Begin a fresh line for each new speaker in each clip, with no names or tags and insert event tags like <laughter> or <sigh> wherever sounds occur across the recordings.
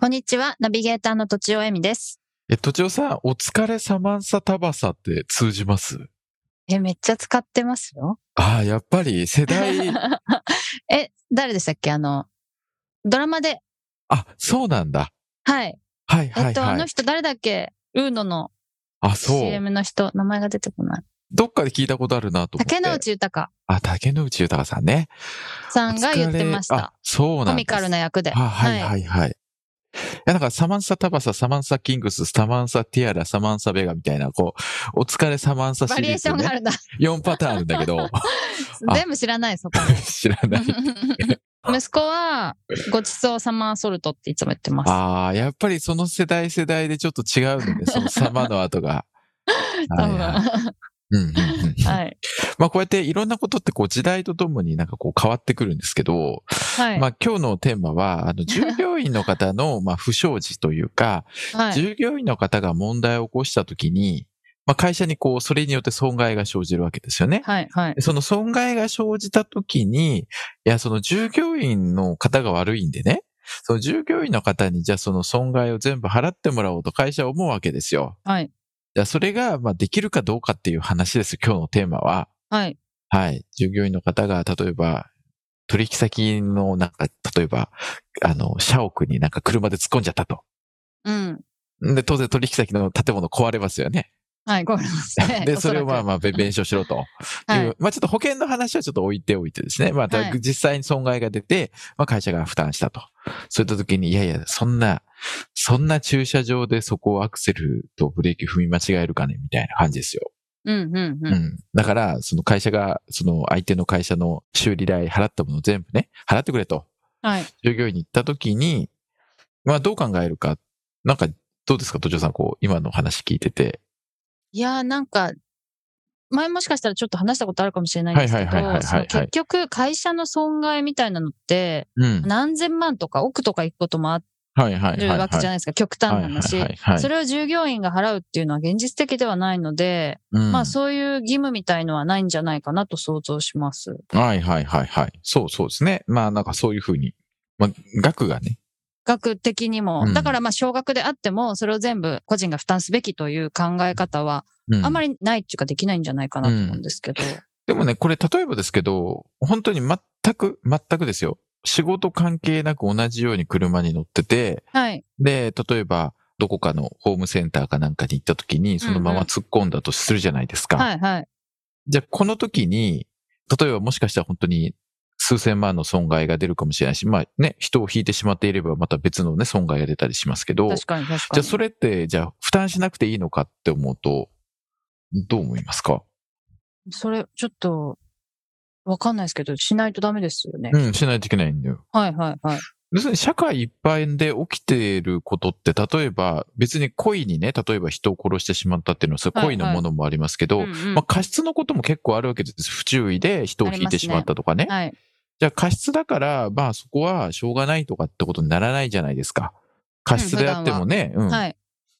こんにちはナビゲーターのとちおえみです
え、とちおさん、お疲れさまんさたばさって通じます
えめっちゃ使ってますよ
ああ、やっぱり世
<laughs>
代、
え誰でしたっけあのドラマで
あ、そうなんだ。
はい
はいはいはい。
えっと、あの人誰だっけウーノの
あ、そう。
CM の人、名前が出てこない。
どっかで聞いたことあるなと思って。
竹野内豊
あ、竹野内豊さんね。
さんが言ってまし
お疲れあ
た。、
そうな
コ
んで
ミ
す。
カルな役で。
あはいはいはい。いや、なんか、サマンサ・タバサ、サマンサ・キングス、サマンサ・ティアラ、サマンサ・ベガみたいな、こう、お疲れサマンサシ
バ
リ
リエー
ー
シ
ズ、
ョンがあ
ね。
るな。
4パターンあるんだけ
<laughs>
ど、あ
全部知らない、そこ。
知らない。
息子は、ごちそうサマーソルトっていつも言ってます。
ああ、やっぱりその世代世代でちょっと違うので、その様の後が。
<laughs> 多分。
はいはい
は
うんうんうん
い。
まあこうやっていろんなことってこう時代とともになんかこう変わってくるんですけど、
はい。
まあ今日のテーマは、あの従業員の方
<laughs>
のまあ不祥事というか、
はい。
従業員の方が問題を起こした時に、まあ会社にこうそれによって損害が生じるわけですよね。
はい。はい。
その損害が生じた時に、いや、その従業員の方が悪いんでね、その従業員の方にじゃあその損害を全部払ってもらおうと会社は思うわけですよ。
はい。
じゃあそれが、まあできるかどうかっていう話です。今日のテーマは。
はい。
はい。従業員の方が、例えば、取引先の、なんか、例えば、あの、社屋になんか車で突っ込んじゃったと。
うん。
で、当然取引先の建物壊れますよね。
はい。ごめんなさい。
で、それをまあまあ、べ弁償しろと。っていう
はい。
まあちょっと保険の話はちょっと置いておいてですね。まあ、
はい
実際に損害が出て、まあ会社が負担したと。そういった時に、いやいや、そんな、そんな駐車場でそこをアクセルとブレーキ踏み間違えるかねみたいな感じですよ。
うん。うん。
う
うん。
ん。だから、その会社が、その相手の会社の修理代払ったものを全部ね、払ってくれと。
はい。
従業員に行った時に、まあどう考えるか。なんか、どうですか、都庁さん、こう、今の話聞いてて。
いやーなんか、前もしかしたらちょっと話したことあるかもしれないんですけど
はいはいはいはいはいはい、
その結局会社の損害みたいなのって、
うん。
何千万とか億とかいくこともあ
はいはいはい、
る
はい。
わけじゃないですか、極端な話。
はいはいはいはい
それを従業員が払うっていうのは現実的ではないので、
うん
まあそういう義務みたいのはないんじゃないかなと想像します。
はいはいはいはい。そうそうですね。まあなんかそういうふうに。まあ、額がね。
額的にも。
うん
だからまあ少額であっても、それを全部個人が負担すべきという考え方は、あま
り。
りないっていうかできないんじゃないかなと思うんですけど。
でもね、これ例えばですけど、本当に全く、全くですよ。仕事関係なく同じように車に乗ってて、
はい。
で、例えば、どこかのホームセンターかなんかに行った時に、そのまま突っ込んだとするじゃないですか。
はいはい。
じゃあ、この時に、例えばもしかしたら本当に数千万の損害が出るかもしれないし、まあね、人を引いてしまっていればまた別のね、損害が出たりしますけど、
確かに確か
じゃあ
に。
それって、じゃあ負担しなくていいのかって思うと、どう思いますか
それ、ちょっと、わかんないですけど、しないとダメですよね。
うん、しないといけないんだよ。
はいはいはい。
要するに社会一般で起きていることって、例えば別に故意にね、例えば人を殺してしまったっていうのは、それ故意のものもありますけど、
うんうん
まあ過失のことも結構あるわけです。不注意で人を引いてしまったとかね。
はい。
じゃあ過失だから、まあそこはしょうがないとかってことにならないじゃないですか。過失であってもね。うん、
はい。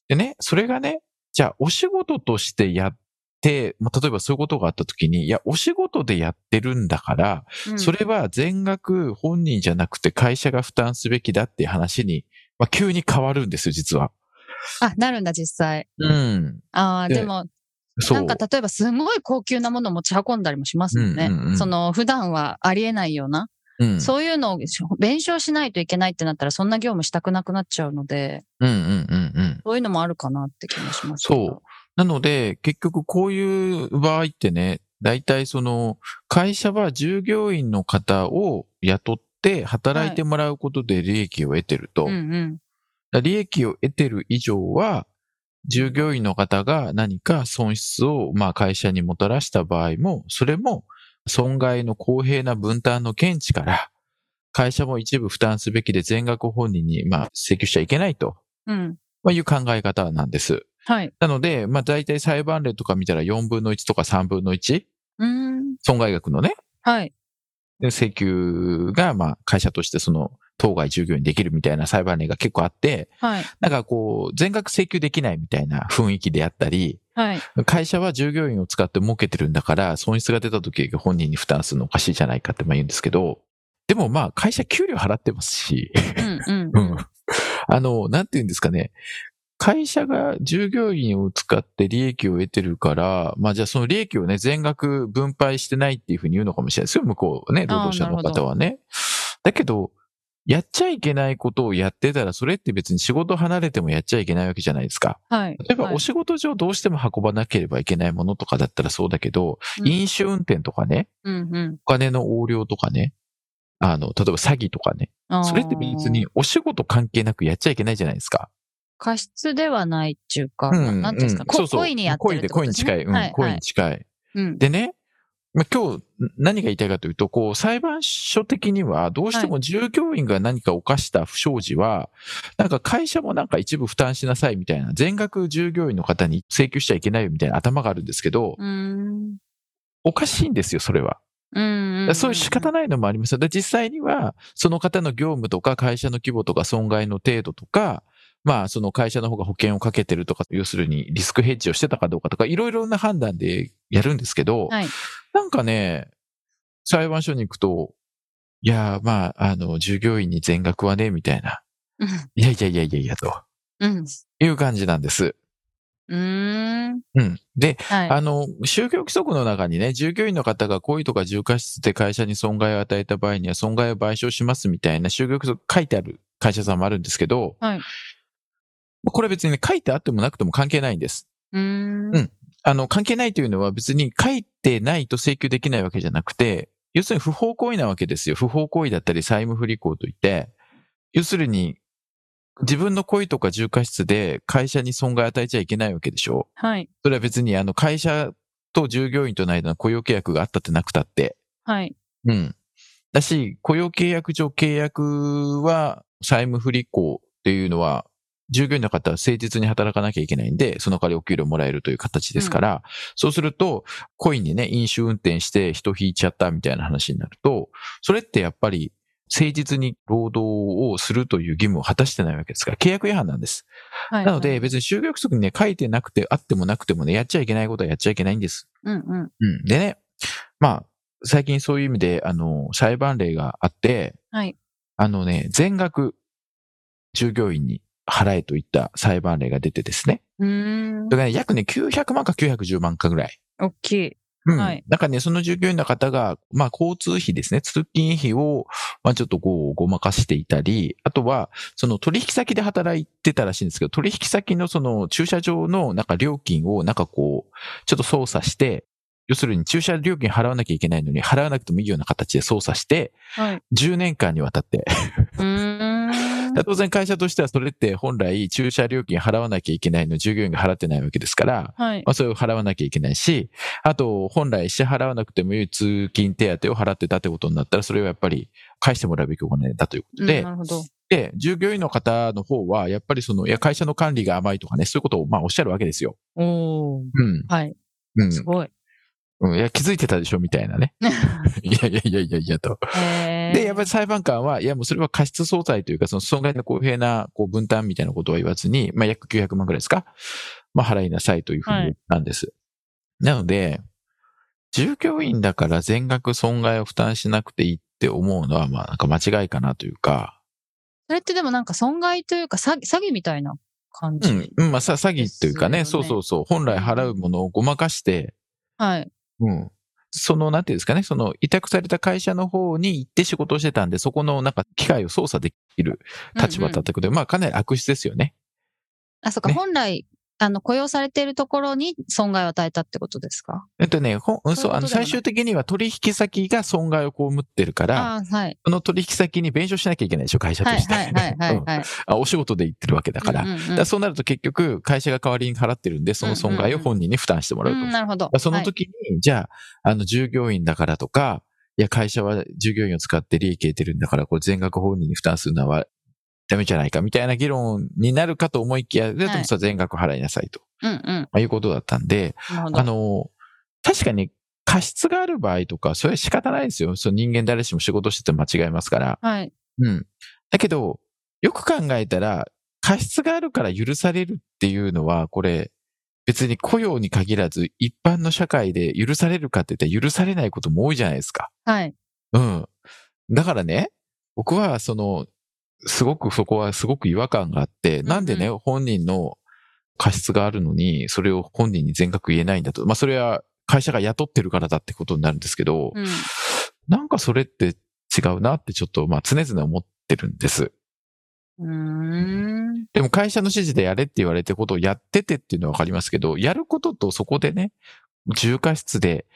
でね、それがね、じゃあお仕事としてやって、まあ、例えばそういうことがあった時に、いや、お仕事でやってるんだから、
うん
それは全額本人じゃなくて会社が負担すべきだっていう話に、まあ、急に変わるんですよ、実は。
あ、なるんだ、実際。
うん。
ああ、
で
でも、
そう。
なんか例えばすごい高級なものを持ち運んだりもしますもんね。
うんうんうん
その普段はありえないような、
うん、
そういうのを弁償しないといけないってなったらそんな業務したくなくなっちゃうので、
うんうんうんうん。
そういうのもあるかなって気もしますけど。
そう。なので、結局こういう場合ってね、大体その、会社は従業員の方を雇って働いてもらうことで利益を得てると。
うんうん。
だから利益を得てる以上は、従業員の方が何か損失を、まあ、会社にもたらした場合も、それも損害の公平な分担の見地から、会社も一部負担すべきで全額本人に、まあ、請求しちゃいけないと。
うん。
まあ、いう考え方なんです。
はい。
なので、まあ、大体裁判例とか見たら4分の1とか3分の 1?
うーん。
損害額のね、
はい。
で請求が、まあ、会社としてその、当該従業員にできるみたいな裁判例が結構あって、
はい。
なんかこう、全額請求できないみたいな雰囲気であったり、
はい。
会社は従業員を使って儲けてるんだから、損失が出た時が本人に負担するのおかしいじゃないかってまあ言うんですけど、でもまあ、会社給料払ってますし、
う
<laughs>
ん
う
うん。
ん。あの、なんて言うんですかね。会社が従業員を使って利益を得てるから、まあじゃあその利益をね、全額分配してないっていうふうに言うのかもしれないですよ、向こうね、労働者の方はね。だけど、やっちゃいけないことをやってたら、それって別に仕事離れてもやっちゃいけないわけじゃないですか。
はい。
例えば
はい
お仕事上どうしても運ばなければいけないものとかだったらそうだけど、
うん
飲酒運転とかね、
うんうん
お金の横領とかね、あの、例えば詐欺とかね、
あー
それって別にお仕事関係なくやっちゃいけないじゃないですか。
過失ではないっていうか、
う
なんなんていうんですか、こ
そうそう
故意にやってるってこ
故
と
意
で
です故
ね
意に近い。うん、
はい
故意
は
に
い
近い。
うん
でね、まあ、今日ん何が言いたいかというと、こう、裁判所的には、どうしても従業員が何か犯した不祥事は、なんか会社もなんか一部負担しなさいみたいな、全額従業員の方に請求しちゃいけないよみたいな頭があるんですけど、
うーん
おかしいんですよ、それは。
うんん
そういう仕方ないのもありますよ。で、実際には、その方の業務とか、会社の規模とか、損害の程度とか、まあ、その会社の方が保険をかけてるとか、要するにリスクヘッジをしてたかどうかとか、いろいろな判断でやるんですけど、
はい
なんかね、裁判所に行くと、いやー、まあ、あの、従業員に全額はね、みたいな。
うん
いやいやいやいやいや、と
うん
いう感じなんです。
うーん
うん。で、
はい
あの、就業規則の中にね、従業員の方が故意とか重過失で会社に損害を与えた場合には損害を賠償しますみたいな就業規則書いてある会社さんもあるんですけど、
はい
これ別にね書いてあってもなくても関係ないんです。
うーん
うんあの、関係ないというのは別に書いてないと請求できないわけじゃなくて、要するに不法行為なわけですよ。不法行為だったり債務不履行といって、要するに自分の故意とか重過失で会社に損害を与えちゃいけないわけでしょう。
はい
それは別にあの会社と従業員との間の雇用契約があったってなくたって。
はい
うん。だし、雇用契約上契約は債務不履行っていうのは、従業員の方は誠実に働かなきゃいけないんで、その代わりお給料もらえるという形ですから、そうすると、故意にね、飲酒運転して人引いちゃったみたいな話になると、それってやっぱり誠実に労働をするという義務を果たしてないわけですから、契約違反なんです。
はい
なの
はい
で、別に就業規則にね、書いてなくて、あってもなくてもね、やっちゃいけないことはやっちゃいけないんです。
うんうん
うん。でね、まあ、最近そういう意味で、あの、裁判例があって、
はい
あのね、全額、従業員に払えといった裁判例が出てですね。
うーん
それがね、約ね、900万か910万かぐらい。
大きい
うん。
はい
なんかね、その従業員の方が、まあ、交通費ですね、通勤費を、まあ、ちょっとこう、ごまかしていたり、あとは、その取引先で働いてたらしいんですけど、取引先のその駐車場のなんか料金をなんかこう、ちょっと操作して、要するに駐車料金払わなきゃいけないのに、払わなくてもいいような形で操作して、
はい
10年間にわたって。
うーん
<laughs> 当然会社としてはそれって本来駐車料金払わなきゃいけないの従業員が払ってないわけですから、
はい
まあ、それを払わなきゃいけないし、あと、本来支払わなくてもいい通勤手当を払ってたってことになったら、それはやっぱり返してもらうべきお金だというこ
う
と
ん
で、
なるほど
で、従業員の方の方は、やっぱりその、いや、会社の管理が甘いとかね、そういうことを、まあ、おっしゃるわけですよ。
おー
うん。
はい
うん
すごい
うん。いや、気づいてたでしょ、みたいな
<laughs>
ね。いやいやいやいやいやと。
へー
で、やっぱり裁判官は、いや、もうそれは過失相対というか、その損害の公平なこう分担みたいなことは言わずに、まあ、約900万ぐらいですかまあ、払いなさいというふうに言ったんです。なので、従業員だから全額損害を負担しなくていいって思うのは、まあ、なんか間違いかなというか、
それってでもなんか損害というか詐欺詐欺みたいな感
う
じ
ん、うんまあ、さ詐欺というかね、
です
そ
よ
う
ね
そうそう、本来払うものをごまかして、
はい
うん。その、なんていうんですかね、その、委託された会社の方に行って仕事をしてたんで、そこの、なんか、機械を操作できる立場
うんう
だ
ん
ったけど、まあ、かなり悪質ですよね。
あそっか
ね
本来あの雇用されているところに損害を与えたってことですか
えっとね、ほん、うん
そう
そ
いう
う、あ
ことではな
の、
い
最終的には取引先が損害を被ってるから、
ああはい
その取引先に弁償しなきゃいけないでしょ、会社と
はい
して。
はいはいは
<laughs> う
い
ん
はい
あお仕事で行ってるわけだから。
うんうんうん
だからそうなると結局、会社が代わりに払ってるんで、その損害を本人に負担してもらうと。
うんなるほど
まあその時に、じゃあ、あの、従業員だからとか、いや、会社は従業員を使って利益得てるんだから、これ全額本人に負担するのはダメじゃないかみたいな議論になるかと思いきや、でもさ、全額払いなさいと、
うんうん。
い、いうことだったんで、
なるほど
あの、確かに過失がある場合とか、それは仕方ないですよ。その人間誰しも仕事してて間違いますから。
はい。
うん。だけど、よく考えたら、過失があるから許されるっていうのは、これ、別に雇用に限らず、一般の社会で許されるかって言ったら許されないことも多いじゃないですか。
はい。
うん。だからね、僕はその、すごくそこはすごく違和感があって、
ん
なんでね、本人の過失があるのに、それを本人に全額言えないんだと。まあそれは会社が雇ってるからだってことになるんですけど、
うん
なんかそれって違うなってちょっと、まあ常々思ってるんです。
うーん。
でも会社の指示でやれって言われてことをやっててっていうのはわかりますけど、やることとそこでね、重過失で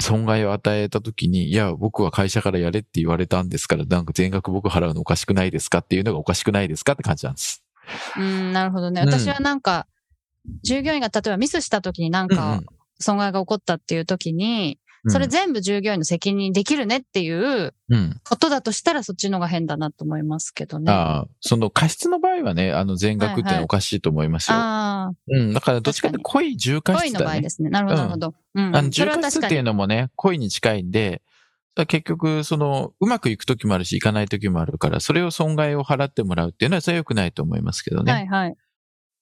損害を与えたときに、いや、僕は会社からやれって言われたんですから、なんか全額僕払うのおかしくないですかっていうのがおかしくないですかって感じなんです。
うん、なるほどね。
うん
私はなんか、従業員が例えばミスした時になん
うんう
か
ん
損害が起こったっていう時に、それ、全部従業員の責任できるねっていう
うん。
ことだとしたらそっちの方が変だなと思いますけどね。
ああ、その過失の場合はね、あの全額っていうの
はいは
はいおかしいと思いますよ。
あ
うん。だからどっちかって濃い重
あ、
過
恋
失
の
だ
場合
ね
で。すね。なるほど、なるほど。うん。
あの、
そ
重
れは
過失
確
っ
か
てい
に。
うのもね、恋に近いんで、だから結局、その、うまくいくときもあるし、いかないときもあるから、それを損害を払ってもらうっていうのは、それは良くないと思いますけどね。
はいはい。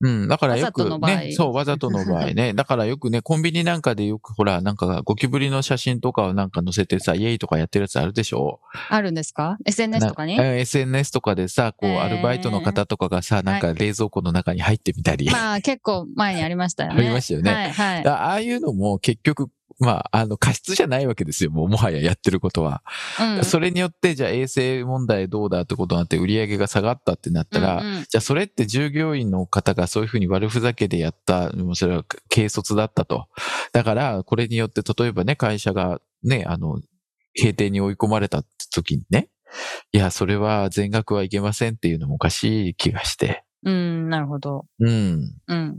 うん。だからよ
わざと
く
の場合
ね、そう、わざとの場合
<laughs>
ね。だからよくね、コンビニなんかでよく、ほら、なんか、ゴキブリの写真とかをなんか載せてさ、イエイとかやってるやつあるでしょ
あるんですか ?SNS とかに
なうん ?SNS とかでさ、こう、
へー
アルバイトの方とかがさ、なんか冷蔵庫の中に入ってみたり。
まあ結構前にありましたよね。
ありましたよね
はいはい。
あああいうのも結局、まあ、あの、過失じゃないわけですよ。もう、もはややってることは。
うん
それによって、じゃあ衛生問題どうだってことになって売り上げが下がったってなったら、
うんうん
じゃあそれって従業員の方がそういうふうに悪ふざけでやった、もうそれは軽率だったと。だから、これによって、例えばね、会社がね、あの、閉店に追い込まれた時にね、いや、それは全額はいけませんっていうのもおかしい気がして。
うん、なるほど。
うん。
うん。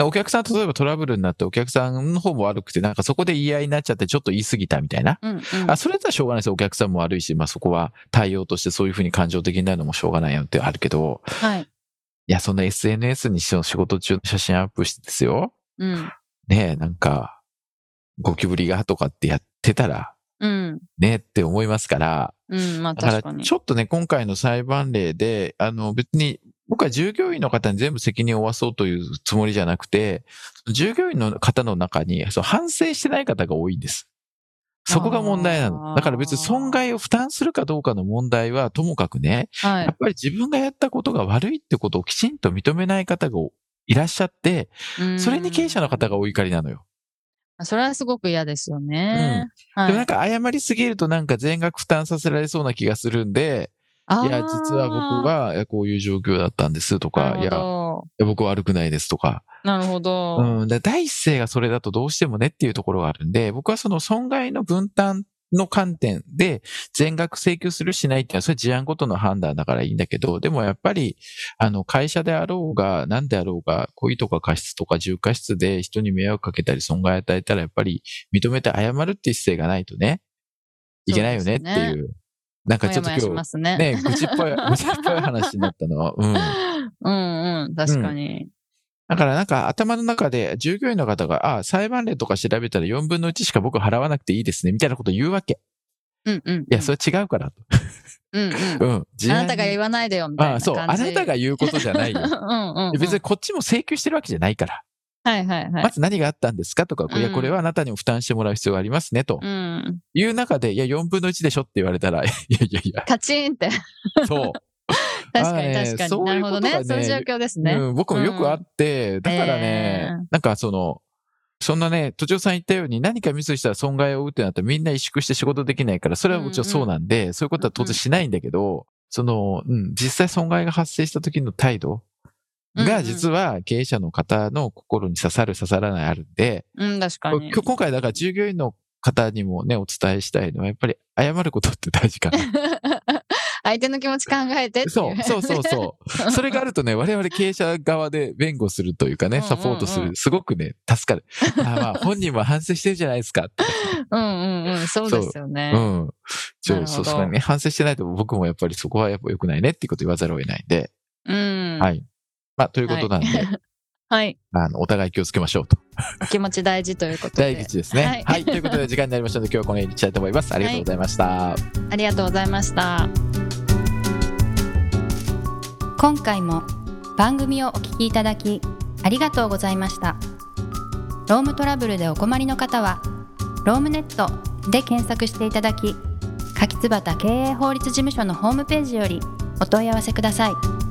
お客さん、例えばトラブルになってお客さんの方も悪くて、なんかそこで言い合いになっちゃってちょっと言い過ぎたみたいな。
うん、うん。
あ、それだったらしょうがないですよ。お客さんも悪いし、まあそこは対応としてそういうふうに感情的になるのもしょうがないよってあるけど、
はい。
いや、そんな SNS にしても仕事中の写真アップしてですよ。
うん。
ねえ、なんか、ゴキブリがとかってやってたら、
うん。
ねえって思いますから、
うん。まあ
だ
確
か
からに。
ちょっとね、今回の裁判例で、あの別に、僕は従業員の方に全部責任を負わそうというつもりじゃなくて、従業員の方の中にその反省してない方が多いんです。そこが問題な
あ
の。
ー
だから別に損害を負担するかどうかの問題はともかくね、
は
やっ
い。
ぱり自分がやったことが悪いってことをきちんと認めない方がいらっしゃって、
うん
それに経営者の方がお怒りなのよ。
それはすごく嫌ですよね。は
でもなんか謝りすぎるとなんか全額負担させられそうな気がするんで、いや、実は僕
は
はこういう状況だったんですと
あー、
か、い
なる
や、い
ほ
や僕は悪くないですとか。
ど。なるほど。
うん、だから第一声がそれだとどうしてもねっていうところがあるんで、僕はその損害の分担の観点で全額請求するしないっていうのは、それ事案ごとの判断だからいいんだけど、でもやっぱり、あの、会社であろうが、何であろうが、故意とか過失とか重過失で人に迷惑かけたり損害与えたら、やっぱり認めて謝るっていう姿勢がないとね、いけないよねって
そう
い
で
う。なんか
も
ちょ
や
っ
も
と今
やしま
日、
すね。
ね、愚痴っ
<laughs>
ぽい、愚痴っぽい話になったのは、うん。
うんうん。確かに。
だからなんか頭の中で従業員の方が、ああ、裁判例とか調べたら4分の1しか僕払わなくていいですね、みたいなこと言うわけ。
うんうん。
いや、それ違うからと。
うんうん。
うん。
あなたが言
わ
わないでよ、みたい
あ
な
あ、
感じ。
そう。あなたが言うことじゃないよ。
うんうんうん。
別にこっちも請求してるわけじゃないから。
はいはいは
ま
い。
ず何があったんですかとか、
うん
いや、これはあなたにも負担してもらう必要がありますね、と
うん。
いう中で、いや、4分の1でしょって言われたら、い <laughs> やいやいや、
カ
<laughs>
チンって。
そう。
確か
あ
に
のね
確か
そ
に。
う
ないる
うことが
ほど
ね
ね。そういう状況ですね。
うん、僕もよくあって、だからね、
えー
なんかその、そんなね、都庁さん言ったように何かミスしたら損害を負うってなったらみんな萎縮して仕事できないから、それはもちろんそうなんで、そういうことは当然しないんだけど、その、うん、実際損害が発生した時の態度
うんう
が
ん
実は経営者の方の心に刺さる刺さらないあるんで、
うん、確かに
今。日今回だから従業員の方にもね、お伝えしたいのは、やっぱり謝ることって大事かな。
<laughs> 相手の気持ち考えてっていう。
そう、そうそうそう。それがあるとね、我々経営者側で弁護するというか
う
ね、
んうんうん
サポートする。すごくね、助か
<laughs>
る。あまあ、本人は反省してるじゃないですかって。
<laughs> うんうんうん。そうですよね。
うん。そ
なる
う、
ほど
そう、そうね。反省してないと僕もやっぱりそこはやっぱ良くないねっていうこと言わざるを得ないんで。
うん。
はいまあ、ということなんで、
はい。
あの、お互い気をつけましょう
<laughs>
と。
気持ち大事ということ
第
で。
一ですね。
は
はいい、ということで時間になりましたので、今日はこの辺にしたいと思います。ありがとうございました。
ありがとうございました。
今回も番組をお聞きいただきありがとうございましたロームトラブルでお困りの方は「ロームネット」で検索していただき柿椿経営法律事務所のホームページよりお問い合わせください